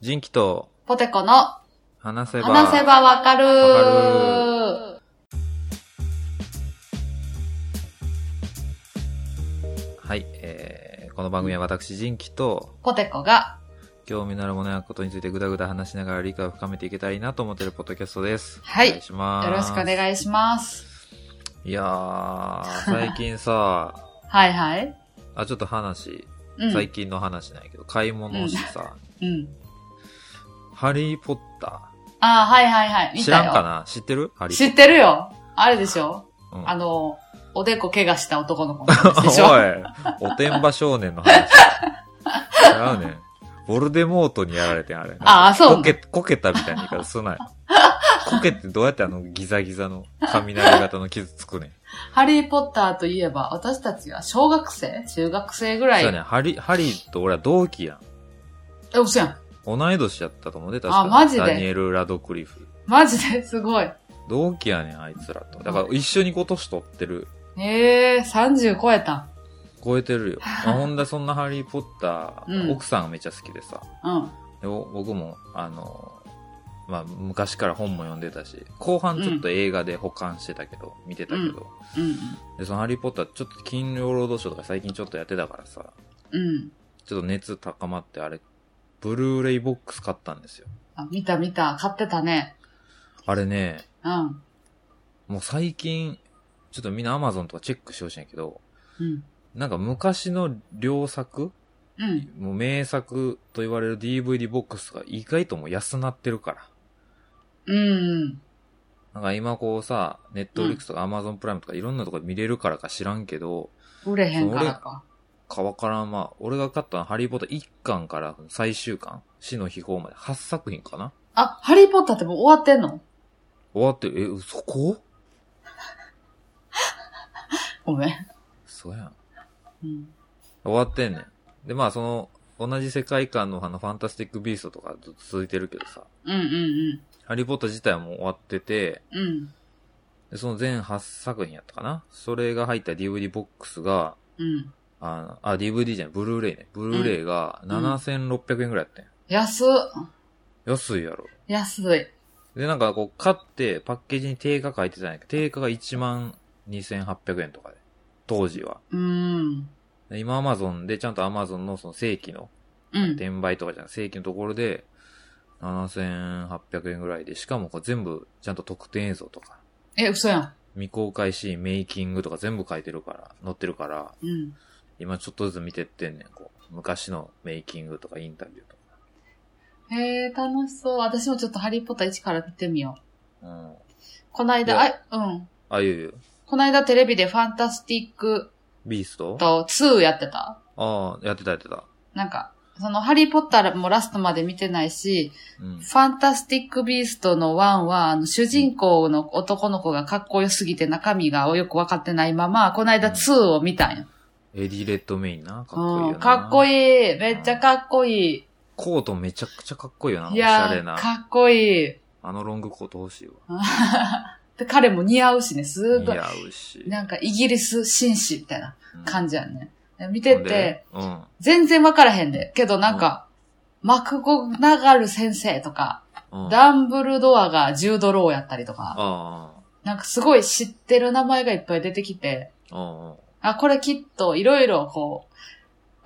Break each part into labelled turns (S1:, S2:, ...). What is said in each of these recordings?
S1: 人気と
S2: ポテコの
S1: 話せば。
S2: 話せばわかる
S1: わはい、えー、この番組は私、人気と、
S2: ポテコが、
S1: 興味のあるものやことについてぐだぐだ話しながら理解を深めていけたらいいなと思っているポッドキャストです。
S2: はい
S1: お願いします。
S2: よろしくお
S1: い。
S2: 願いします。
S1: いや ー、最近さ、
S2: はいはい。
S1: あ、ちょっと話、
S2: うん。
S1: 最近の話なんやけど、買い物をしてさ、
S2: うん。
S1: ハリーポッタ
S2: ああ、はいはいはい。
S1: ー。
S2: 見
S1: 知
S2: たよ
S1: らんかな知ってるハリー。
S2: 知ってるよ。あれでしょ
S1: うん
S2: あの、おでこ怪我した男の子の話でしょ
S1: おい、おてんば少年の話。違うねん。ボルデモートにやられてん、あれ。
S2: ああそうなの
S1: こけ、こけたみたいな言い方すなよ。こけってどうやってあのギザギザの雷型の傷つくねん。
S2: ハリーポッターといえば、私たちは小学生中学生ぐらい。
S1: そうやねん、ハリ、ハリーと俺は同期やん。
S2: え、嘘やん。
S1: 同い年やったと思うね、確か
S2: あマジで
S1: ダニエル・ラドクリフ。
S2: マジですごい。
S1: 同期やねん、あいつらと。だから一緒に今年取ってる。
S2: ええー、30超えた。
S1: 超えて るよ。まあ、ほんだそんなハリー・ポッター、
S2: うん
S1: 奥さんがめっちゃ好きでさ。
S2: うん。
S1: でぼ僕もあの、まあ、昔から本も読んでたし後半ちょっと映画で保管してたけど、見てたけど、
S2: うん。
S1: でその「ハリー・ポッター」ちょっと金曜ロードショーとか最近ちょっとやってたからさ
S2: うん。
S1: ちょっと熱高まってあれブルーレイボックス買ったんですよ
S2: あ、見た見た。買ってたね。
S1: あれね
S2: うん。
S1: もう最近ちょっとみんなアマゾンとかチェックしてほしいんやけど
S2: うん。
S1: なんか昔の良作
S2: うん。
S1: もう名作と言われる DVD ボックスが意外ともう安なってるから
S2: うん。
S1: なんか今こうさ、ネットフリックスとかアマゾンプライムとかいろんなとこで見れるからか知らんけど、
S2: 売れへんからか。
S1: かわからんまあ、俺が買ったのはハリーポッター1巻から最終巻、死の秘宝まで8作品かな
S2: あ、ハリーポッターってもう終わってんの
S1: 終わってる、え、そこ
S2: ごめん。
S1: そうやん。
S2: うん。
S1: 終わってんねん。でまあその、同じ世界観のあのファンタスティックビーストとかずっと続いてるけどさ、
S2: うんうん
S1: ハリーポッター自体はもう終わってて、
S2: うん。うん。
S1: でその全8作品やったかなそれが入った DVD ボックスが、
S2: うん。
S1: あの、あ、DVD じゃない、ブルーレイね。ブルーレイが
S2: ん
S1: 7600円くらいやってん。
S2: 安っ。
S1: 安いやろ。
S2: 安い。
S1: で、なんかこう、買って、パッケージに定価書いてたんやけど、定価が1万2800円とかで。当時は。
S2: うん。
S1: で今アマゾンで、ちゃんとアマゾンのその正規の、
S2: うん。
S1: 転売とかじゃない、正規のところで、7800円ぐらいで、しかもこう全部、ちゃんと特典映像とか、
S2: え、嘘やん。
S1: 未公開シーン、メイキングとか全部書いてるから、載ってるから、
S2: うん。
S1: 今ちょっとずつ見てってんねん、こう。昔のメイキングとかインタビューとか。
S2: へえ、楽しそう。私もちょっとハリーポッター1から見てみよ
S1: うん。
S2: う。こない
S1: い
S2: だ、あ
S1: や、
S2: うん。
S1: あ、いういう。
S2: こないだテレビでファンタスティック
S1: ビーストあ
S2: と2やってた
S1: あー、やってたやってた。
S2: なんか、そのハリーポッターもラストまで見てないし、
S1: うん
S2: フ。ァンタスティックビーストの1は、あの、主人公の男の子がかっこよすぎて中身がよくわかってないまま、こないだ2を見たんよ。
S1: エディ・レッドメインな。かっこいいよ
S2: うん
S1: な。
S2: かっこい
S1: い。
S2: い。めっちゃかっこいい。
S1: コートめちゃくちゃかっこいいよな。お
S2: い
S1: しゃ
S2: や
S1: れ
S2: ー、
S1: な。
S2: かっこいい。
S1: あのロングコート欲しいわ。
S2: で、彼も似合うしね、す
S1: 似
S2: ごい。
S1: 合うし。
S2: なんか、イギリス紳士みたいな感
S1: じ
S2: じやね。見てて、、
S1: うん。
S2: 全然わからへんで。けどなんか、マクゴナガル先生とか、
S1: うん、あ
S2: ダンブルドアがジュードローやったりとか、
S1: あ、
S2: なんかすごい知ってる名前がいっぱい出てきて、
S1: うんうん。
S2: あ、これきっといろいろこう、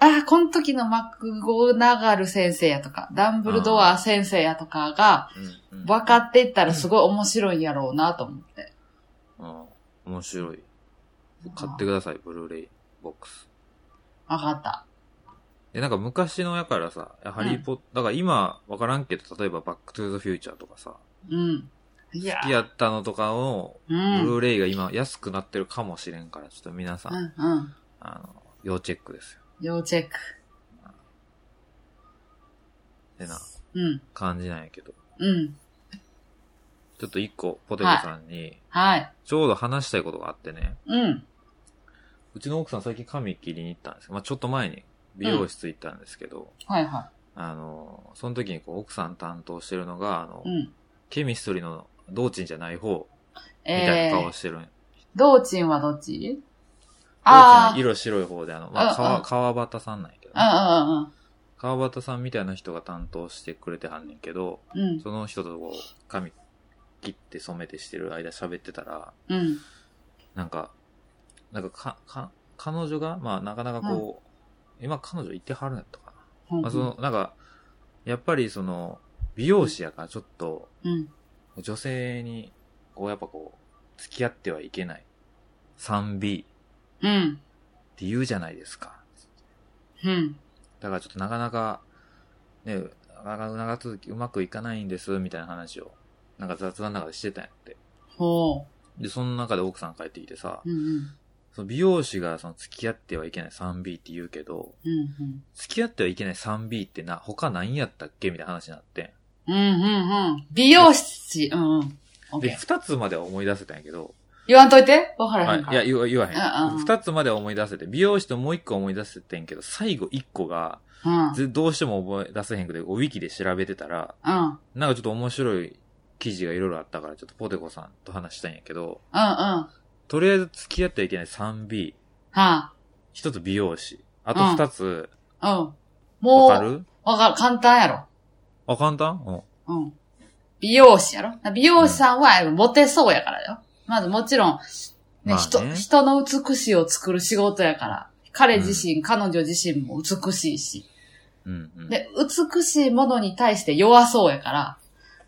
S2: あ、この時のマクゴナガル先生やとか、ダンブルドア先生やとかが、
S1: うんうん。
S2: 分かっていったらすごい面白いんやろうなと思って。
S1: うん。面白い。買ってください、ブルーレイボックス。
S2: わかった。
S1: で、なんか昔のやからさ、ハリーポッ、だから今、わからんけど、例えばバックトゥーザフューチャーとかさ、
S2: うん。いや
S1: 好きやったのとかを、
S2: う
S1: ブ
S2: ん。う
S1: ル
S2: ん、
S1: ーレイが今安くなってるかもしれんから、ちょっと皆さん、
S2: うん。
S1: あの、要チェックですよ。
S2: 要チェック。
S1: てな
S2: うん。
S1: 感じなんやけど。
S2: うん。
S1: ちょっと一個、ポテコさんに、
S2: はい。
S1: ちょうど話したいことがあってね、
S2: うん。
S1: うちの奥さん最近髪切りに行ったんですけど、まあちょっと前に美容室行ったんですけど、
S2: はいは
S1: あの、その時にこう奥さん担当してるのが、あの、
S2: い。うん。
S1: ケミストリーの道珍じゃない方、みた
S2: え
S1: いな
S2: ー
S1: 顔、してるんよ。
S2: 道珍はどっち
S1: 道珍の
S2: あ
S1: 色白い方で、あの、ま
S2: うん
S1: あ川、
S2: うん
S1: 川端さんなんやけどね、
S2: あ、うんうんうん。
S1: 川端さんみたいな人が担当してくれてはんねんけど、
S2: うん。
S1: その人とこう、髪切って染めてしてる間喋ってたら、
S2: うん。
S1: なんか、なんかか、か、彼女が、まあなかなかこう、今彼女いてはるんやったか
S2: ほ
S1: な。
S2: ん
S1: まあその、なんか、やっぱりその、美容師やからちょっと、
S2: うん。
S1: 女性に、こうやっぱこう、付き合ってはいけない。3B っ
S2: うん。
S1: て言うじゃないですか。
S2: うん。
S1: だからちょっとなかなか、ね、なかなか長続きうまくいかないんです、みたいな話を、なんか雑談の中でしてたんやって。
S2: ほ
S1: で、その中で奥さん帰ってきてさ
S2: う。、うんうん。
S1: その美容師がその付き合ってはいけない 3B って言うけど、
S2: うん
S1: 付き合ってはいけない 3B ってな、他何やったっけみたいな話になってん。
S2: うん。うんうんうん。美容師。うんうん。オッケ
S1: で、
S2: ー。
S1: 二つまでは思い出せたんやけど、
S2: 言わんといて。わから
S1: は
S2: へん
S1: い
S2: か。
S1: いや、言わ言わ
S2: うん
S1: へ。
S2: うんん
S1: 二つまでは思い出せて、美容師ともう一個思い出せてんけど、最後一個が、
S2: うん。
S1: ずどうしても覚え出せへんくて、こうウィキで調べてたら、
S2: うん。
S1: なんかちょっと面白い記事がいろいろあったから、ちょっとポテコさんと話したいんやけど、
S2: うんうん。は
S1: とりあえず付き合ってはいけない 3B。
S2: あ。
S1: 一つ美容師。あと二つ、
S2: うん。もう、
S1: わかる
S2: わかる。簡単やろ。
S1: あ、簡単うん。
S2: うん。美容師やろ美容師さんは、モテそうやからよ。まずもちろん、
S1: ま
S2: ね
S1: あね
S2: 人、人の美しいを作る仕事やから。彼自身、彼女自身も美しいし。
S1: うんうん。
S2: で、美しいものに対して弱そうやから、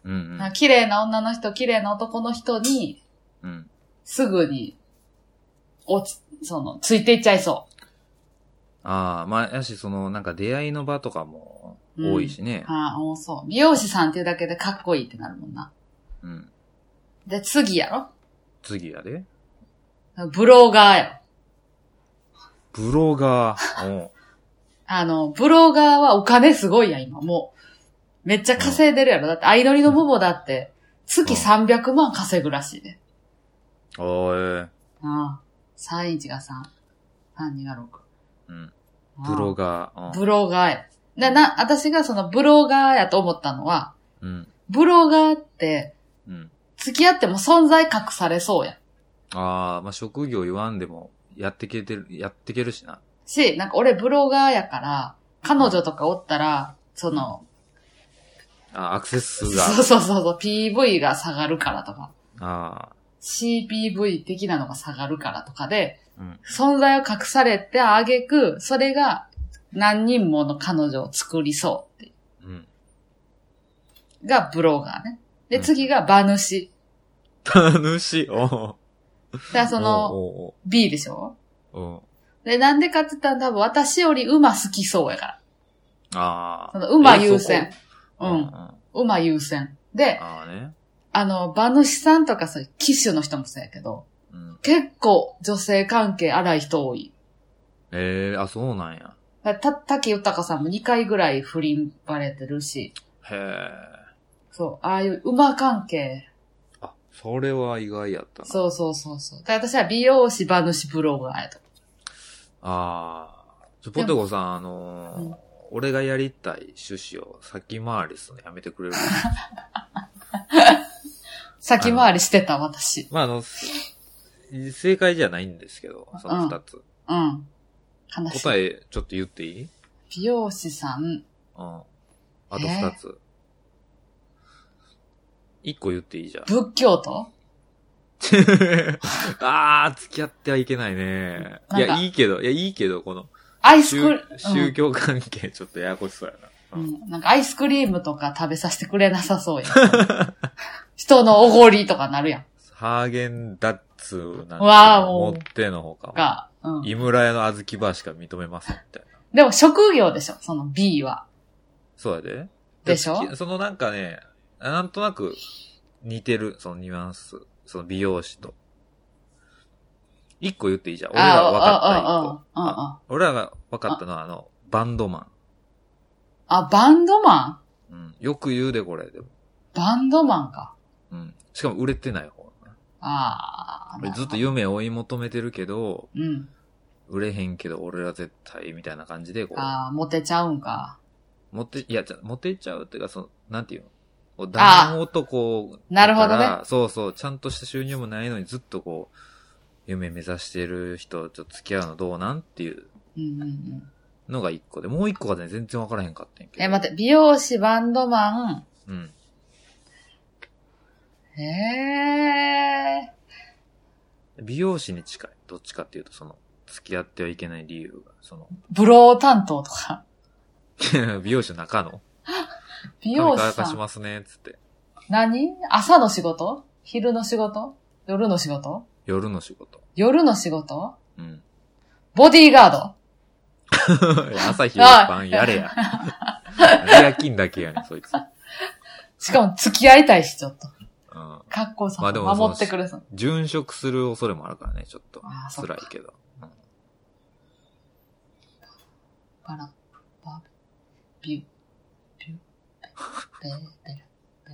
S1: うんうん
S2: なんか綺麗な女の人、綺麗な男の人に、
S1: うん。
S2: すぐに、落ち、その、ついていっちゃいそ
S1: ああ、まあ、やし、その、なんか出会いの場とかも多いしね
S2: う。。ああ、もうそう。美容師さんっていうだけでかっこいいってなるもんな。
S1: うん。
S2: で、次やろ
S1: 次やで。
S2: ブロガーやろ。
S1: ブロガー。うん。
S2: あの、ブロガーはお金すごいやん、今。もう、めっちゃ稼いでるやろ。だって、アイドリのモモだって、月300万稼ぐらしいね。
S1: おーい。
S2: ああ。31が3、32が6。
S1: うん。
S2: ああ
S1: ブロガー。
S2: ブロガーや。で、な、私がそのブロガーやと思ったのは、
S1: うん。うん。
S2: ブロガーって、
S1: うん。
S2: 付き合っても存在隠されそうやん。
S1: ああ、まあ、職業言わんでも、やってけてる、やってけるしな。
S2: し、なんか俺ブロガーやから、彼女とかおったら、その、
S1: あアクセス数が。
S2: そうそうそうそう、PV が下がるからとか。
S1: あ
S2: CPV 的なのが下がるからとかで、
S1: あ。うん。
S2: 存在を隠されてあげく、それが何人もの彼女を作りそうってい
S1: うん。
S2: う。がブロガーね。
S1: う
S2: で、
S1: ん
S2: 次が馬主。
S1: 楽しい。おう
S2: だからその、
S1: お
S2: B でしょ
S1: うおうおううん。
S2: で、なんでかって言ったら多分私より馬好きそうやから。
S1: あ
S2: そ
S1: あ。
S2: の馬優先。う
S1: うん。
S2: ん。
S1: あ
S2: 馬優先。で、
S1: あね。
S2: あの、馬主さんとかそういう騎手の人もそうやけど、
S1: うん。
S2: 結構女性関係荒い人多い。
S1: ええあ、そうなんや。
S2: だた、竹豊さんも2回ぐらい不倫バレてるし、
S1: へえ。
S2: そう、ああいう馬関係。
S1: あ、それは意外やったな。
S2: そうそうそうそう。だから私は美容師、馬主、ブロガーやと。
S1: ああ。ちょ、ポテコさん、あのー
S2: うん
S1: 俺がやりたい趣旨を先回りするのやめてくれる
S2: 先回りしてた、私。
S1: まあ、あの、す正解じゃないんですけど、その二つ。
S2: うん。話。
S1: 答え、ちょっと言っていい
S2: 美容師さん。
S1: うん。あと二つ。一個言っていいじゃん。
S2: 仏教と
S1: ああ、付き合ってはいけないね。い
S2: なん
S1: や、
S2: か
S1: いいけど、いや、いいけど、この、
S2: アイスク
S1: 宗
S2: リ
S1: 宗
S2: ーム。
S1: 教関係、ちょっとややこしそうやな。
S2: うん。うんなんかアイスクリームとか食べさせてくれなさそうやん。 人のおごりとかなるやん。
S1: ハーゲンダッツなんて、
S2: わあも
S1: 持
S2: う
S1: ってのほか、
S2: が、うん。
S1: 井村屋の小豆バーしか認めません、みたいな。
S2: でも職業でしょ、その B は。
S1: そうやで。
S2: でしょ
S1: 付きそのなんかね、なんとなく似てる、そのニュアンス。その美容師と。一個言っていいじゃん。俺ら分かった一個。
S2: ああああああああ
S1: 俺らが分かったのは、あの、バンドマン。
S2: あ、バンドマ
S1: うん。よく言うで、これ。でも。
S2: ンバンドマンか。
S1: うん。しかも売れてない方。
S2: ああ。
S1: ずっと夢を追い求めてるけど、
S2: うん。
S1: 売れへんけど、俺ら絶対、みたいな感じで、こう、
S2: ああ、モテちゃうんか。
S1: 持って、いや、じゃ持っていっちゃうっていうか、その、なんていうのこうダメ男
S2: なるほど
S1: だ
S2: ね
S1: からそうそう、ちゃんとした収入もないのにずっとこう、夢目指してる人、ちょっと付き合うのどうなんっていう
S2: うんうんうん。
S1: のが一個で、もう一個がね、全然わからへんかったんやけど。
S2: え、待って、美容師、バンドマン、
S1: うん。
S2: へえ。
S1: 美容師に近い。どっちかっていうと、その、付き合ってはいけない理由が、そ
S2: ブロー担当とか。
S1: の、 美容師の中の、髪
S2: 美容
S1: 乾
S2: 師さ
S1: かし
S2: ん。
S1: ますね、つって。
S2: 何朝の仕事昼の仕事夜の仕事
S1: 夜の仕事。
S2: 夜の仕事
S1: うん。
S2: ボディーガード。
S1: 朝昼晩やれや。何 が金だけやねん、そいつ。うん。
S2: しかも付き合いたいし、ちょっと。かっこさ、
S1: まあでもその
S2: 守ってくれそう。
S1: 殉職する恐れもあるからね、ちょっと
S2: あー。そっか
S1: 辛いけど。
S2: バラ、バビュー、ビュー、ベー、ベル、ベ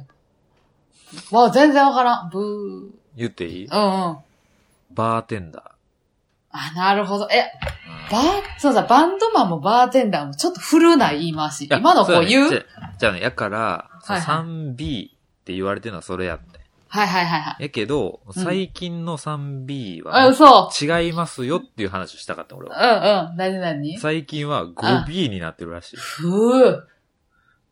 S2: ル。わ、全然わからん。ブー。うん
S1: 言っていい
S2: うん。あ、
S1: バーテンダ
S2: なるほど。え、
S1: ー。
S2: バー、そうさ、バンドマンもバーテンダーもちょっと古ない言い回し。
S1: いや
S2: 今の
S1: そ
S2: 子
S1: だね
S2: 言う
S1: じゃじゃあね、やから、そ
S2: は
S1: の
S2: いは
S1: 3B って言われてるのはそれやって。
S2: はいはいはいはい。
S1: やけど、
S2: うん
S1: 最近の 3B は、
S2: あ、嘘。
S1: 違いますよっていう話をしたかった、俺
S2: うん
S1: は。
S2: うん。なになに
S1: 最近は 5B になってるらしい。
S2: ふぅ。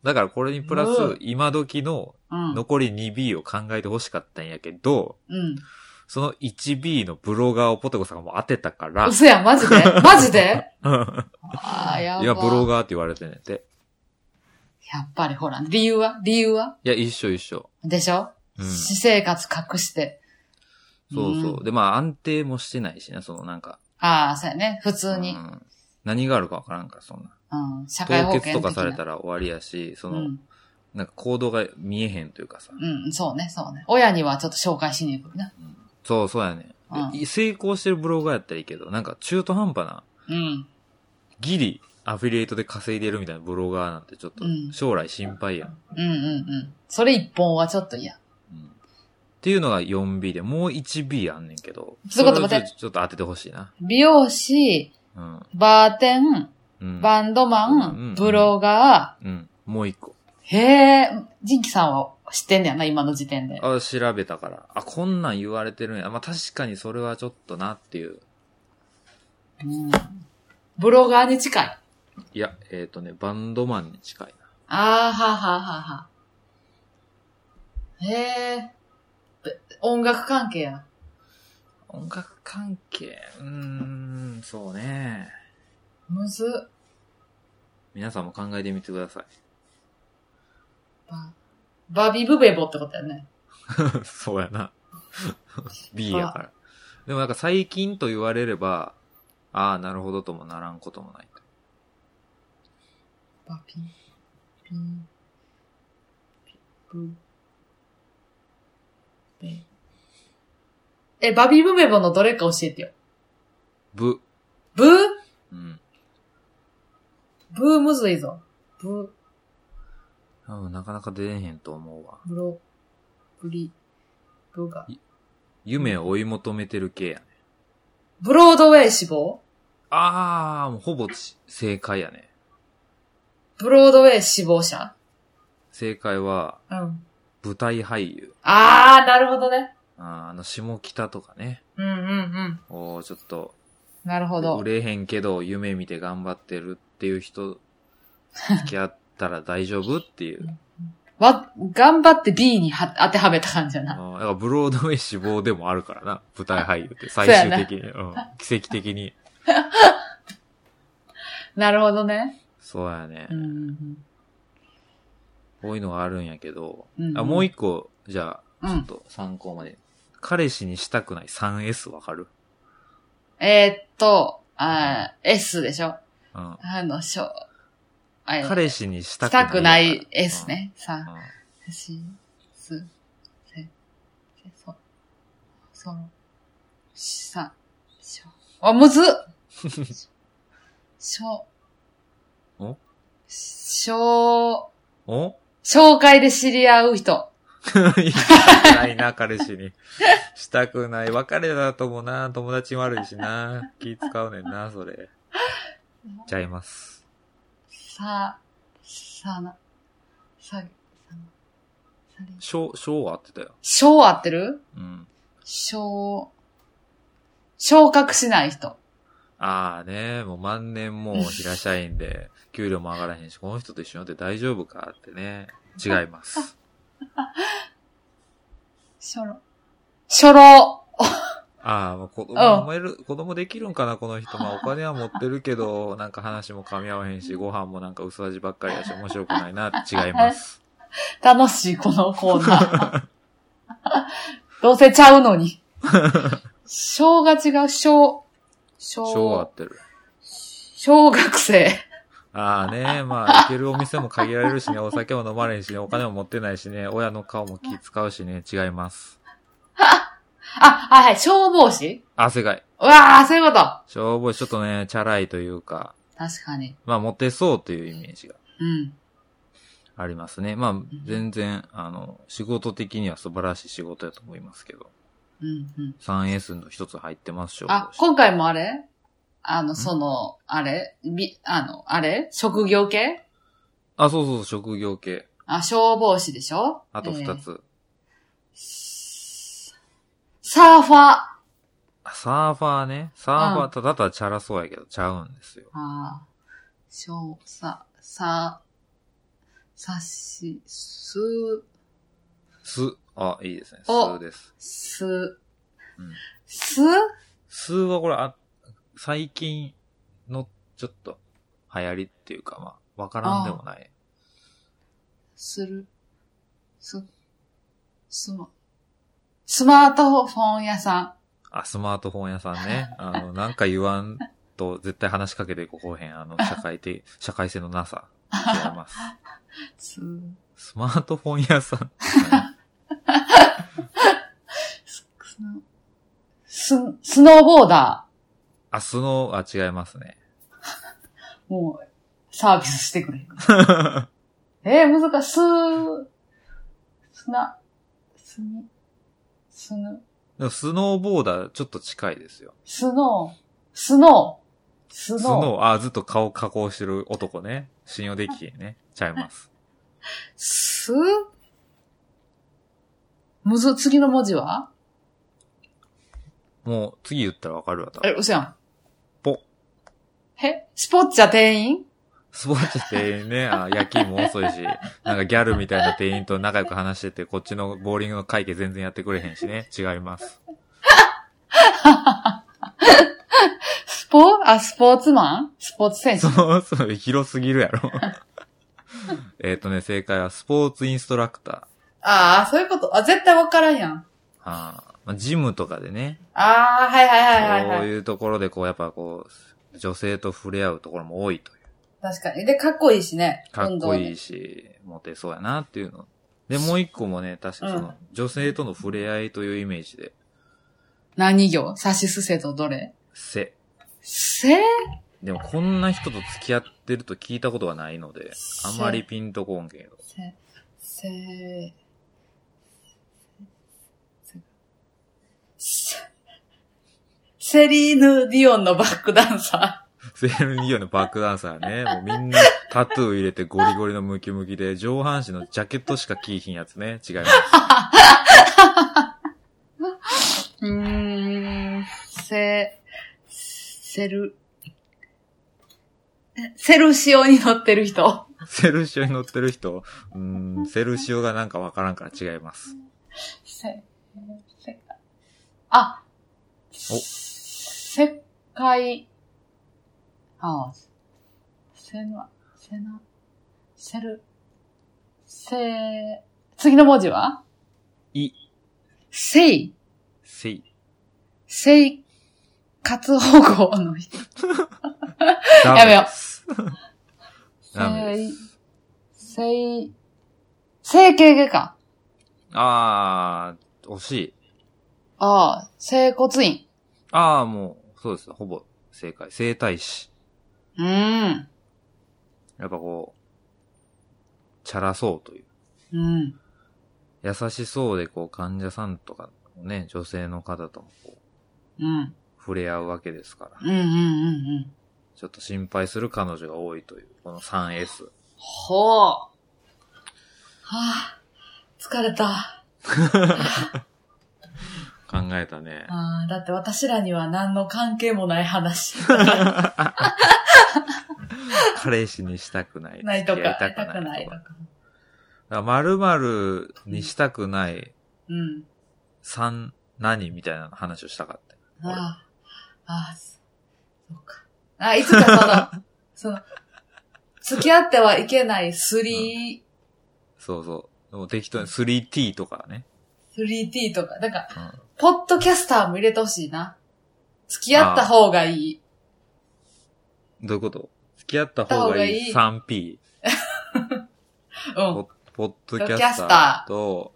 S1: だからこれにプラ
S2: う
S1: ス
S2: ん、
S1: 今時の
S2: うん。
S1: 残り 2B を考えてほしかったんやけど、
S2: うん。
S1: その 1B のブロガーをポテコさんがもう当てたから、
S2: 嘘やん、マジでマジで
S1: い
S2: あーやば
S1: や、ブロガーって言われてんねんて。
S2: やっぱりほら、理由は理由はい
S1: や、一緒一緒。
S2: でしょ、
S1: うん。
S2: 私生活隠して。
S1: そうそうう。で、まあ安定もしてないしな、そのなんか。
S2: ああ、そうやね。普通に
S1: う。ん何があるかわからんから、そんな。
S2: うん。社会保
S1: 凍
S2: 険
S1: 結とか
S2: 的
S1: さ
S2: な
S1: れたら終わりやし、その、
S2: うん。
S1: なんか行動が見えへんというかさ。
S2: うん、そうね、そうね。親にはちょっと紹介しに行くな。
S1: そうそうやね、
S2: う
S1: 成功してるブロガーやったらいいけど、なんか中途半端な、
S2: うん。
S1: ギリアフィリエイトで稼いでるみたいなブロガーなんてちょっと
S2: うん
S1: 将来心配やん。
S2: うんうんうん。それ一本はちょっと嫌。
S1: うんっていうのが 4B で、もう 1B あんねんけど。
S2: ちょっと待っ
S1: それ
S2: て
S1: をちょちょっと当ててほしいな。
S2: 美容師、
S1: うん。
S2: バーテン、
S1: うん。
S2: バンドマ
S1: うんうん
S2: ン、ブロガ
S1: うん。もう一個。
S2: ー。へえ、ジンキさんは知ってんねやな、今の時点で。
S1: あ、調べたから。あ、こんなん言われてるんや。まあ、確かにそれはちょっとなっていう。
S2: うん。ブロガーに近い。
S1: いや、えっ、とね、バンドマンに近いな。
S2: あー、はあはあはあはあ。へえ、音楽関係や。
S1: 音楽関係、うーん、そうね。
S2: むずっ。
S1: 皆さんも考えてみてください。
S2: ババビブベボってことやね。
S1: そうやな。B やから。でもなんか最近と言われれば、ああ、なるほどともならんこともない。
S2: バピン、ピン、ピブ、ベ。え、バビブベボのどれか教えてよ。
S1: ぶ。
S2: ブー
S1: うん。
S2: ブーむずいぞ。ブ
S1: 多分なかなか出えへんと思うわ。
S2: ー、ブロ、ブリ、ブが。
S1: 夢を追い求めてる系やね。
S2: ブロードウェイ志望
S1: ああ、もうほぼち正解やね。
S2: ブロードウェイ志望者
S1: 正解は、
S2: うん。
S1: 舞台俳優。
S2: あー、なるほどね。
S1: あーあの、下北とかね。
S2: うんうんうん。
S1: おーちょっと、
S2: なるほど
S1: 売。れへんけど、夢見て頑張ってるっていう人、付き合ったら大丈夫っていう。
S2: わ、頑張って B には当てはめた感じやな。
S1: うんだからブロードウェイ志望でもあるからな、舞台俳優って最
S2: そうや
S1: 終
S2: な
S1: 的に、うん、奇跡的に。
S2: なるほどね。
S1: そうやね
S2: う。んうん
S1: こういうのがあるんやけど、
S2: うんうん
S1: あもう一個、じゃ
S2: う
S1: あ、
S2: ん。う
S1: ちょっと
S2: ん。
S1: 参考まで。彼氏にしたくない 3S わかる
S2: えーっと、あー S でしょ
S1: うん。
S2: あの、しょ、あれ、
S1: 彼氏にした
S2: し
S1: くない。
S2: たくない S。ね。
S1: うん
S2: さ、。し、す、せ、せ、そ、そろ、し、さ、しょ。あ、むずっしょ、
S1: お
S2: しょ、
S1: うんお
S2: 紹介で知り合う人。
S1: いしたくないな、彼氏に。したくない。別れだともな、友達も悪いしな。気使うねんな、それ。ちゃいます。
S2: さ、さな、さ、さな、さり。
S1: ショー、ショーは合ってたよ。
S2: しょ合ってる
S1: うん。
S2: しょう、昇格しない人。
S1: ああね、もう万年もう平社員で、給料も上がらへんし、この人と一緒になって大丈夫かってね、違います。
S2: しょろ。しょろ。
S1: ああ、もう子供
S2: うん
S1: 産める、子供できるんかな、この人。まあお金は持ってるけど、なんか話も噛み合わへんし、ご飯もなんか薄味ばっかりやし、面白くないなって違います。
S2: 楽しい、このコーナー。どうせちゃうのに。小が違う、小。
S1: 昭和
S2: 小
S1: っ。てる。
S2: 小学生。
S1: ああね、まあ行けるお店も限られるしね、お酒も飲まれへんしね、お金も持ってないしね、親の顔も気使うしね、違います。
S2: あ、はいはい、消防士
S1: あ、世界。
S2: うわあ、そういうこと。
S1: 消防士ちょっとね、チャラいというか、
S2: 確かに。
S1: まあモテそうというイメージが。
S2: うん。
S1: ありますね。まあ、全然、あの、仕事的には素晴らしい仕事だと思いますけど。
S2: うん、うん。
S1: 3S の一つ入ってます、消
S2: あ
S1: 防、士。
S2: 今回もあれあの、その、あれび、あの、あれ職業系
S1: あ、そうそうそう、職業系。
S2: あ、消防士でしょ
S1: あと二。
S2: えー
S1: つ。
S2: サーファー。あ
S1: あサーファーね。サーファ
S2: う
S1: ー、ただただチャラそうやけど、ちゃうんですよ。
S2: あー。しょう、さ、さ、さし、す、
S1: す。あ、いいですね。
S2: お
S1: すです。
S2: す
S1: うん、
S2: す
S1: すはこれ、あ、最近の、ちょっと、流行りっていうか、まあ、わからんでもない。
S2: する、す、すま、スマートフォン屋さん。
S1: あ、スマートフォン屋さん ね。あの、なんか言わんと、絶対話しかけていこうへん。あの、社会 的、社会性のなさ。違います。
S2: す、
S1: スマートフォン屋さん。
S2: す、ススノーボーダ
S1: あ、スノー、あ、違いますね。
S2: ー。もう、サービスしてくれ へんか。えー、難しい。す、すな、すに、すぬ、
S1: でもスノーボーダー、ちょっと近いですよ。
S2: スノー、スノー、スノー、
S1: スノー、あ、ずっと顔加工してる男ね。信用できひんね。ちゃい ます。
S2: すむず、次の文字は
S1: もう、次言ったらわかるわ、多
S2: え、
S1: 分。
S2: 嘘やん。
S1: ぽ。
S2: えスポッチャ店員
S1: スポーツ店員ね、あ、夜勤も遅いし、なんかギャルみたいな店員と仲良く話してて、こっちのボーリングの会計全然やってくれへんしね。違います。
S2: スポあ、スポーツマンスポーツ選手
S1: そ。もそも広すぎるやろ。 えっとね、正解はスポーツインストラクター。
S2: ああ、そういうこと。あ、絶対わからんやん。
S1: あーまあ、ジムとかでね、
S2: ああ、はいはいはいはい、
S1: そ
S2: は
S1: う
S2: い。
S1: いうところで、こう、やっぱこう、女性と触れ合うところも多いという。
S2: 確かに。で、かっこいいしね。
S1: かっこい
S2: 運動
S1: いし、モテそうやなっていうの。で、もう一個もね、確かその、
S2: うん
S1: 女性との触れ合いというイメージで、
S2: 何行サシスせとどれ
S1: せ。
S2: せ
S1: でも、こんな人と付き合ってると聞いたことがないので、あんまりピンとこんけど。
S2: せ、せ、せ、セリーヌ・ディオンのバックダンサ
S1: セールニオのバックダンサーね、もうみんなタトゥー入れてゴリゴリのムキムキで、上半身のジャケットしか着いひんやつね、違います。
S2: ー。うーん、せ、セル、セルシオに乗ってる人。
S1: セルシオに乗ってる人、うーん、セルシオがなんかわからんから違います。
S2: せ、せ、あ、
S1: お、
S2: 世界、あ、せな、せな、せる、せ、次の文字はいせい、
S1: せい、
S2: せい、活保護の人。
S1: ダメです。ダメです。
S2: せい、整形外科。
S1: あー、惜しい。
S2: ああ、整骨院。
S1: あー、もう、そうです。ほぼ正解。整体師。
S2: うーん。
S1: やっぱこう、チャラそうという。
S2: うん。
S1: 優しそうで、こう、患者さんとか、ね、女性の方ともこう、
S2: うん。
S1: 触れ合うわけですから。
S2: うんうんうんうん。
S1: ちょっと心配する彼女が多いという、この 3S。
S2: ほう。はあ、疲れた。
S1: 考えたね。
S2: あーだって私らには何の関係もない話。
S1: 彼氏にしたくない。
S2: ないとか、
S1: 付き合
S2: 痛
S1: いた
S2: く
S1: く
S2: な
S1: ないい
S2: と
S1: とか。
S2: か。
S1: だから〇〇にしたくない
S2: うん。
S1: 三何みたいな話をしたかった。俺
S2: ああ、ああ、そそうか。あいつか その、その、付き合ってはいけない3、
S1: そうそう。でも適当に 3T とかね。
S2: 3T とか、なんか、
S1: うん。
S2: ポッドキャスターも入れてほしいな。付き合った方がいい。
S1: どういうこと付き合った方がいい 3P。
S2: うん。
S1: ポポッドキャス
S2: ポッドキャスタ
S1: ターと、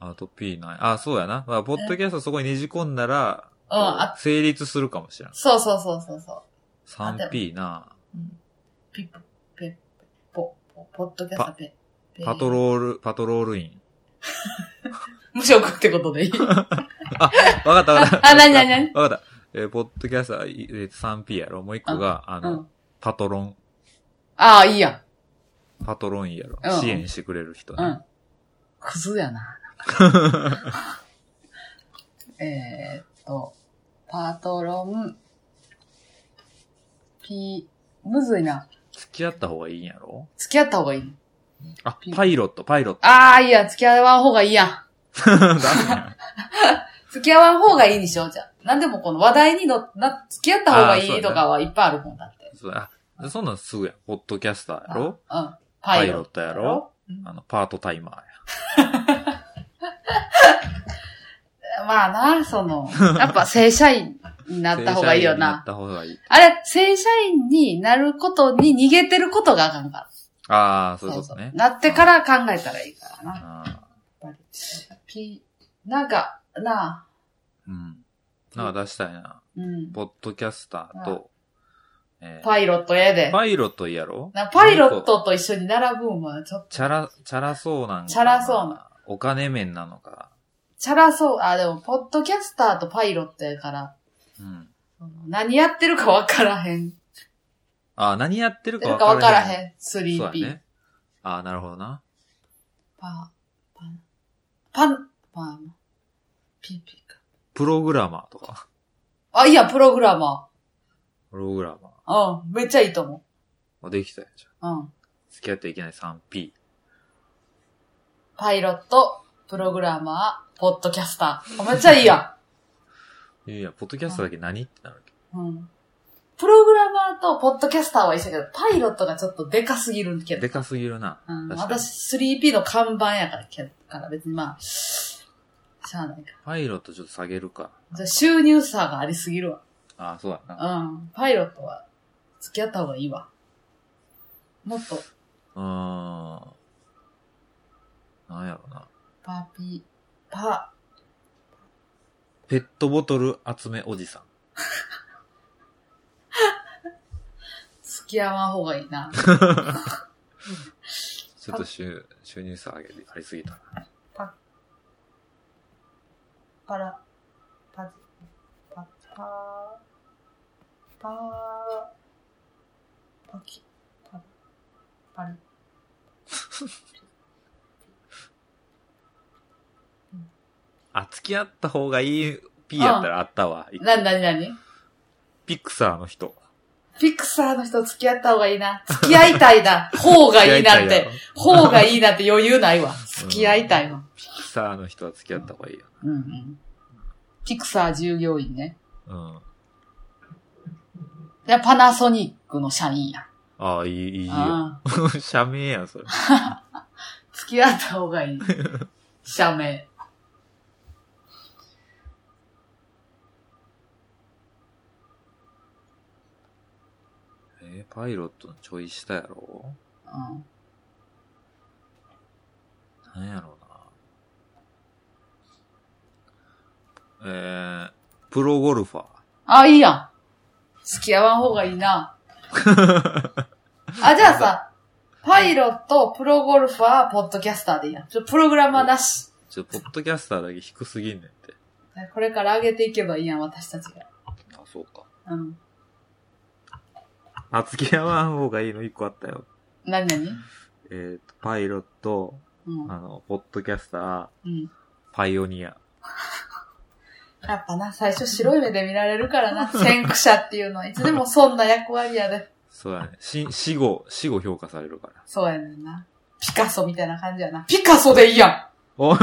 S1: あと P ない。あ、そうやな。まあ、ポッドキャスターそこにねじ込んだら、
S2: うんあ
S1: 成立するかもしれん。
S2: そうそうそうそうそう。
S1: 3P な。
S2: うんピッポ、ペッ、ポ、ポ、ポッドキャスターペ、ペ
S1: パトロール、パトロール員。
S2: 無職ってことでいい
S1: あ、わかったわかった。
S2: あ何何何
S1: わかった。えーポッドキャスターいえー 3P やろ。もう一個が、あ
S2: う
S1: の、
S2: ん。
S1: パトロン、
S2: ああ、いいや
S1: パトロンやろ。
S2: うん
S1: 支援してくれる人
S2: ん。う
S1: ね。
S2: ん。クズやな。えーっと、パトロン、ピー、むずいな。
S1: 付き合った方がいいんやろ
S2: 付き合った方がいい。
S1: あ
S2: ピ、
S1: パイロット、パイロット。
S2: ああ、いいや、付き合わん方がいいやん。
S1: ダメや
S2: 付き合わん方がいいにしようじゃん。なんでもこの話題にの、な、付き合った方がいいとかはいっぱいあるもんだって。
S1: そうあ、そんなんすぐやん。ポッドキャスターやろ
S2: あうん。
S1: パイロットやろ
S2: うん
S1: あの、パートタイマーや。
S2: まあな、そ の、やっぱ正社員になった方がいいよ
S1: なっ
S2: な。
S1: た方がいい。
S2: あれ、正社員になることに逃げてることがあかんから。
S1: ああ、そういうことね。
S2: なってから考えたらいいからな。やっ
S1: あ
S2: ぱり。ピ、なんか、なあ、
S1: ーうん。なんか出したいな。
S2: うん。
S1: ポッドキャスターと、えー
S2: パイロットええで。
S1: パイロットいいやろ
S2: なパイロッ。トと一緒に並ぶんは、ちょっと、
S1: チャラ、チャラそうなんかな
S2: チャラそうな。
S1: お金面なのか。
S2: チャラそう。あ、でも、ポッドキャスターとパイロットやから、
S1: うん。
S2: その何やってるかわからへん。
S1: あー何やってるか
S2: やってる
S1: 分
S2: か
S1: からへ
S2: わ
S1: ん。
S2: からへん。
S1: そう
S2: 3P。
S1: やね。ああ、なるほどな。
S2: パ、パ、パン、パン、ピーピーか。
S1: プログラマーとか。
S2: あ、いや、プログラマ
S1: プログラマー
S2: ー。うん、めっちゃいいと思
S1: あ。できたやんじゃん。
S2: う。うん。
S1: 付き合っていけない 3P。
S2: パイロット、プログラマー、ポッドキャスター。あめっちゃいいや
S1: いやいや、ポッドキャストだけ何ってなるけど。
S2: ん。うん。プログラマーとポッドキャスターは一緒やけど、パイロットがちょっとでかすぎるけど
S1: で。かすぎるな。
S2: うん、
S1: 確かに
S2: 私 3P の看板やから、けから別にまあ、しゃあないか。
S1: パイロットちょっと下げるか。
S2: じゃあ収入差がありすぎるわ。
S1: ああ、そうだな。
S2: うん。パイロットは付き合った方がいいわ。もっと、
S1: うーん。なんやろな。
S2: パピ、パ、
S1: ペットボトル集めおじさん。
S2: 付き合わん方がいいな。
S1: ちょっと収収入差上げてありすぎたな。
S2: パラ、パジ、パ、パー、パー、パキ、パ、パリ。
S1: あ、付き合った方がいい P やったらあったわ。
S2: な、なになに
S1: ピクサーの人。
S2: ピクサーの人付き合った方がいいな。付き合いたい な。方がいいなっ
S1: 付き合いたい
S2: て
S1: やろ。
S2: 方がいいなって余裕 ないわ。付き合いたいわ。
S1: ピクサーの人は付き合った方がいいよ。
S2: うんうん。ピクサー従業員ね。
S1: うん。
S2: でパナソニックの社員や。
S1: ああ、いい、いいよ。
S2: ああ
S1: 社名やん、それ。
S2: 付き合った方がい い。社名。
S1: えー、パイロットのちょい下やろ
S2: うん。
S1: なんやろうな。えー、プロゴルファー。
S2: あ、いいやん。付き合わん方がい いな。あ、じゃあさ、パイロット、プロゴルファー、ポッドキャスターでいいやん。ちょ、プログラマーなし。
S1: ちょ、ポッドキャスターだけ低すぎんねんって。
S2: これから上げていけばいいやん、私たちが。
S1: あ、そうか。
S2: うん。
S1: あ、付き合わん方がいいの一個あったよ。
S2: なになに
S1: えっ、と、パイロット、
S2: うん。
S1: あの、ポッドキャスター、
S2: うん。
S1: パイオニア。
S2: やっぱな、最初白い目で見られるからな。先駆者っていうのはいつでもそんな役割やで。
S1: そうやね。し死後、死後評価されるから。
S2: そうやねんな。ピカソみたいな感じやな。ピカソでいいやん
S1: お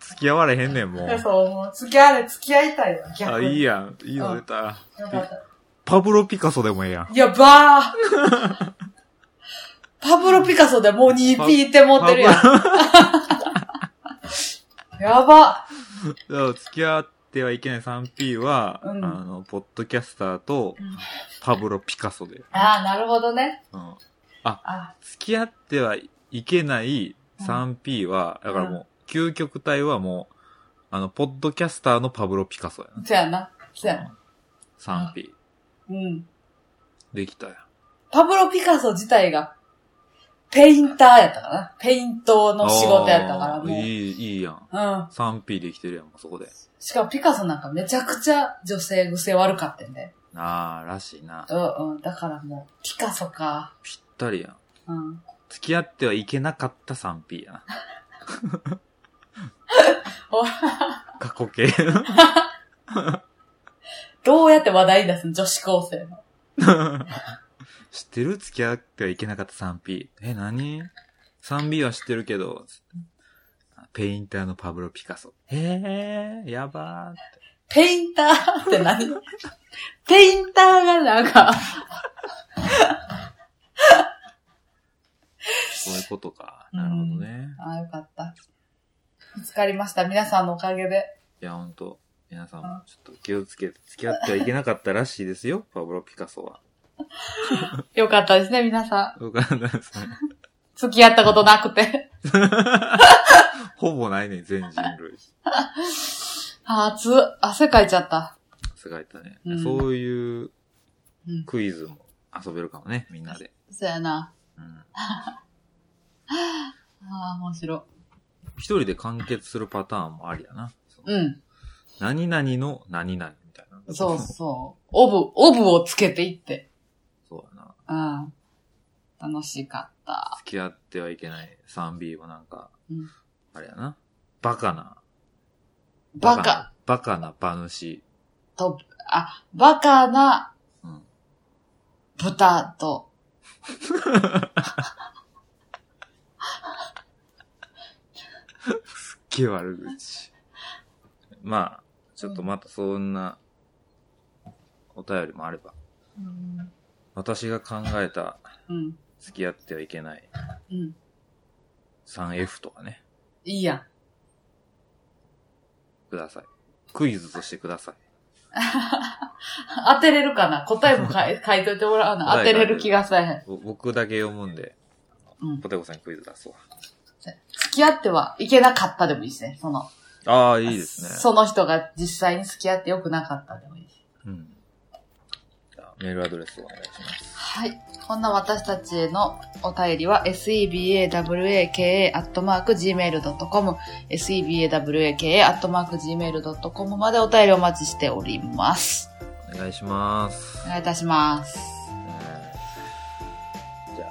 S1: 付き合われへんねん、もう。
S2: そう、もう付き合い、付き合いたいわ、
S1: あ、
S2: 逆に。
S1: いいやん。いいの出た。
S2: よかった。
S1: パブロ・ピカソでもええやん。
S2: やばーパブロ・ピカソでもう 2P って持ってるやん。やば
S1: だから付き合ってはいけない 3P は、
S2: うん
S1: あの、ポッドキャスターと
S2: うん
S1: パブロ・ピカソで。
S2: ああ、なるほどね。
S1: うん、
S2: あ
S1: 付き合ってはいけない 3P は、だからもう、究極体はもう、あの、ポッドキャスターのパブロ・ピカソや
S2: そやな。そやな。
S1: な。3P。
S2: うん。
S1: できたやん。
S2: パブロ・ピカソ自体が、ペインターやったからな。ペイントの仕事やったから、
S1: あー
S2: もう。
S1: いい、いいやん。
S2: うん。
S1: 3P できてるやん、そこで。
S2: しかもピカソなんかめちゃくちゃ女性癖悪かったんで。
S1: ああ、らしいな。
S2: うんうん。だからもう、ピカソか。
S1: ぴったりやん。
S2: うん。
S1: 付き合ってはいけなかった 3P やな。
S2: お
S1: 過去形。
S2: どうやって話題出すの女子高生の。
S1: 知ってる付き合ってはいけなかった 3P。え、何 ?3B は知ってるけど、つってペインターのパブロ・ピカソ。へえ、やばーって。
S2: ペインターって何 ペインターがなんか、
S1: そういうことか。
S2: うん
S1: なるほどね。
S2: ああ、よかった。見つかりました。皆さんのおかげで。
S1: いや、ほんと。皆さんもちょっと気をつけて、付き合ってはいけなかったらしいですよ、パブロ・ピカソは。
S2: よかったですね、皆さん。
S1: わかんないですね。
S2: 付き合ったことなくて。
S1: ほぼないね、全人類。
S2: あー、つ、汗かいちゃった。
S1: すがいたね、
S2: うん
S1: そういう
S2: うん
S1: クイズも遊べるかもね、みんなで。
S2: そうやな。
S1: うん
S2: ああ、面白
S1: 一人で完結するパターンもありやな。その
S2: い。うん。
S1: 何々の何々みたいな。
S2: そうそう。オブ、オブをつけていって。
S1: そうやな。
S2: うん。楽しかった。
S1: 付き合ってはいけない 3B はなんか、
S2: うん
S1: あれやな。バカな。
S2: バカ。。
S1: バカな馬主。
S2: と、あ、バカな
S1: うん。
S2: 豚と。
S1: 気悪口。まあ、ちょっとまたそんな、お便りもあれば。
S2: うん。
S1: 私が考えた
S2: うん。
S1: 付き合ってはいけない
S2: うん。
S1: 3F とかね。
S2: いいやん。
S1: ください。クイズとしてください。
S2: 当てれるかな答えも書い 書いといてもらうな。当てれる気がせえへん。
S1: ぼ僕だけ読むんで、
S2: うん
S1: ポテコさんにクイズ出そう。
S2: 付き合ってはいけなかったでもいいしね。その、
S1: ああ、いいですね。
S2: その人が実際に付き合って良くなかったでもいいし。
S1: うん。じゃあメールアドレスをお願いします。
S2: はい。こんな私たちへのお便りは sebawaka.gmail.com sebawaka.gmail.com までお便りお待ちしております。
S1: お願いします。
S2: お願いいたします。
S1: うんじゃあ、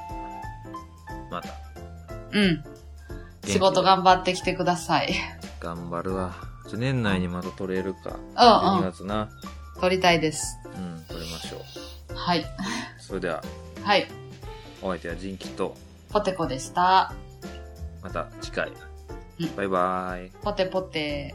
S1: また。
S2: うん。
S1: 気で
S2: 仕事頑張ってきてください。
S1: 頑張るわ。ちょ年内にまた取れるか。
S2: うん
S1: 12
S2: うん。
S1: 月な。
S2: 撮りたいです。
S1: うん、取れましょう。
S2: はい。
S1: それでは、
S2: はい。
S1: お相手はジンキと、
S2: ポテコでした。
S1: また次回
S2: うん。
S1: バイバイ。
S2: ポテポテ。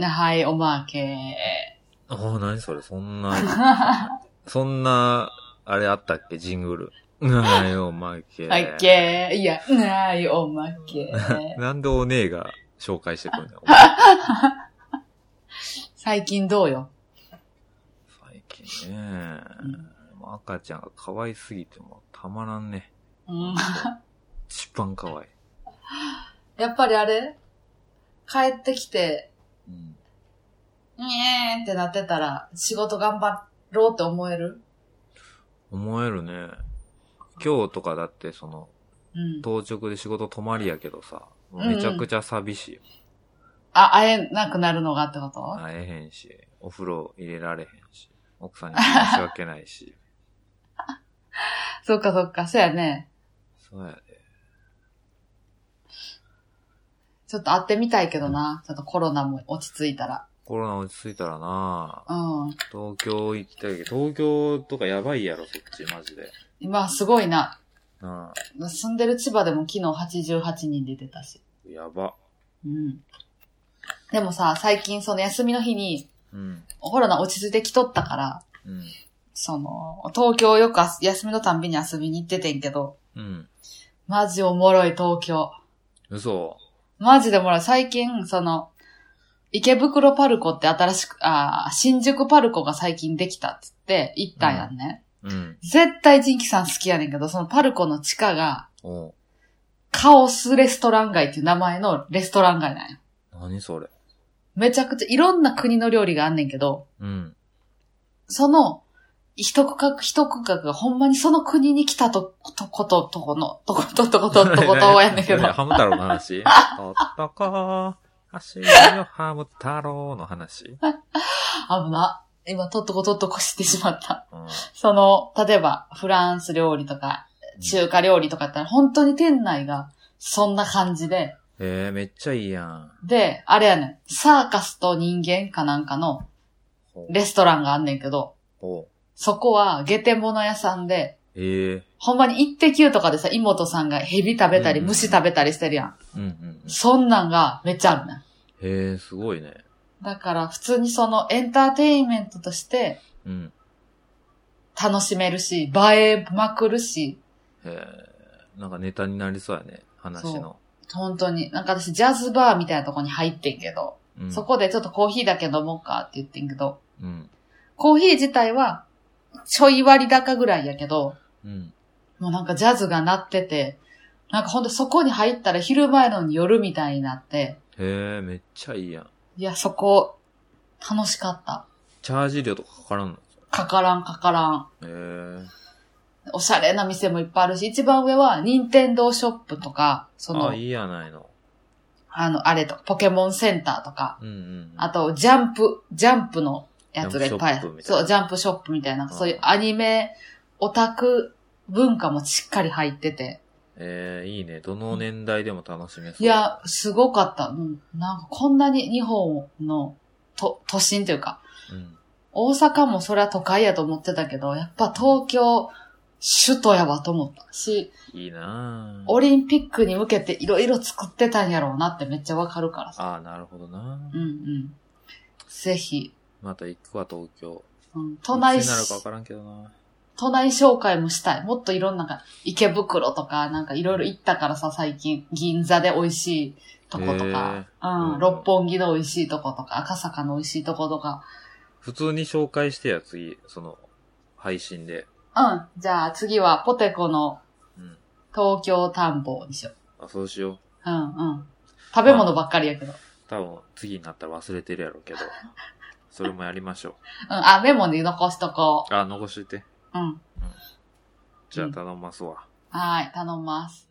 S2: はい、おまけ。
S1: ああ、何それ、そんな、 そんな、あれあったっけ、ジングル。なよ、おまけ。
S2: はい、けいや、はい、おまけ。
S1: なんでお姉が紹介してくるんだよ。
S2: 最近どうよ
S1: 最近ね、もう赤ちゃんが可愛すぎてもうたまらんね。
S2: うん
S1: 一番可愛い。
S2: やっぱりあれ帰ってきて、
S1: うん、
S2: にえーんってなってたら、仕事頑張ろうって思える
S1: 思えるね。今日とかだってその、
S2: うん。
S1: 当直で仕事泊まりやけどさ、めちゃくちゃ寂しいよ。
S2: あ、会えなくなるのがってこと、
S1: 会えへんし、お風呂入れられへんし、奥さんに申し訳ないし。
S2: そっかそっか、そうやね。
S1: そうやで。
S2: ちょっと会ってみたいけどな。ちょっとコロナも落ち着いたら。
S1: コロナ落ち着いたらな
S2: うん。
S1: 東京行ったけど、東京とかやばいやろ、そっち、マジで。
S2: 今すごいな。
S1: うん。
S2: 住んでる千葉でも昨日88人出てたし。
S1: やば。
S2: うん。でもさ、最近その休みの日に、
S1: うん。
S2: コロナ落ち着いてきとったから、
S1: うん。
S2: その、東京よくあ休みのたんびに遊びに行っててんけど、
S1: うん。
S2: マジおもろい東京。
S1: 嘘。
S2: マジでもら最近、その、池袋パルコって新しく、あー新宿パルコが最近できたっつって行ったんやんね。
S1: うん。
S2: 絶対ジンキさん好きやねんけど、そのパルコの地下が、
S1: おう
S2: カオスレストラン街っていう名前のレストラン街なんよ。
S1: 何それ。
S2: めちゃくちゃいろんな国の料理があんねんけど、
S1: うん。
S2: その、一区画一区画がほんまにその国に来たと、とこと、とこの、とこと、とこと、とことやねんけど。
S1: ハム太郎の 話とっとこ走るよ、ハム太郎の話。
S2: 危な。今、とっとこ、とっとこしてしまった。
S1: うん。
S2: その、例えば、フランス料理とか、中華料理とかやったら、本当に店内が、そんな感じで、
S1: えー、めっちゃいいやん。
S2: で、あれやねん、サーカスと人間かなんかの
S1: ほう
S2: レストランがあんねんけど、
S1: おう
S2: そこは、ゲテモノ屋さんで、
S1: ええ
S2: ほんまに一滴とかでさ、妹さんがヘビ食べたり、
S1: うん
S2: 虫食べたりしてるやん。
S1: うんうんうん。
S2: そんなんがめっちゃあるねん。
S1: へえ、すごいね。
S2: だから、普通にその、エンターテインメントとして、
S1: うん。
S2: 楽しめるし、映えまくるし、
S1: へえ、なんかネタになりそうやね、話の。
S2: 本当に。なんか私、ジャズバーみたいなとこに入ってんけど、
S1: うん
S2: そ。こでちょっとコーヒーだけ飲もうかって言ってんけど、
S1: うん。
S2: コーヒー自体はちょい割高ぐらいやけど、
S1: うん。
S2: もうなんかジャズが鳴ってて、なんかほんとそこに入ったら昼前のに夜みたいになって、
S1: へえ、めっちゃいいやん。
S2: いや、そこ、楽しかった。
S1: チャージ料とかかからんの
S2: かからんかからん。
S1: へえ。
S2: おしゃれな店もいっぱいあるし、一番上は、ニンテンドーショップとか、その、
S1: あ、
S2: あ
S1: いいやないの。
S2: の、あれと、ポケモンセンターとか、
S1: うんうんうん。
S2: あと、ジャンプ、ジャンプのやつがいっぱい
S1: ジャンプショップみ。たいな
S2: そう、ジャンプショップみたいな、
S1: うん
S2: そういうアニメ、オタク文化もしっかり入ってて。
S1: ええ、いいね。どの年代でも楽しめそう。
S2: いや、、すごかった。うん。なんかこんなに日本の都都心というか、
S1: うん。
S2: 大阪もそれは都会やと思ってたけど、やっぱ東京、首都やわと思ったし、
S1: いいなぁ
S2: オリンピックに向けていろいろ作ってたんやろうなってめっちゃわかるからさ。
S1: ああ、なるほどな
S2: うんうん。ぜひ、
S1: また行くわ、東京。
S2: うん、都内
S1: いつになるかわからんけどな
S2: 都内紹介もしたい。もっといろんな、なんか、池袋とか、なんかいろいろ行ったからさ、最近、銀座で美味しいとことか、
S1: ーう
S2: う
S1: ん
S2: ん、六本木の美味しいとことか、赤坂の美味しいとことか、
S1: 普通に紹介してや、次、その、配信で。
S2: うん、じゃあ次はポテコの
S1: うん。
S2: 東京探訪にしよう。
S1: あ、そうしよう。
S2: うん、うん。食べ物ばっかりやけど。うん、
S1: 多分次になったら忘れてるやろう けど、それもやりましょ
S2: あ、メモに残しとこ
S1: う。あ、残しといて。
S2: う。うん。
S1: じゃあ頼ますわ。
S2: はーい、頼んます。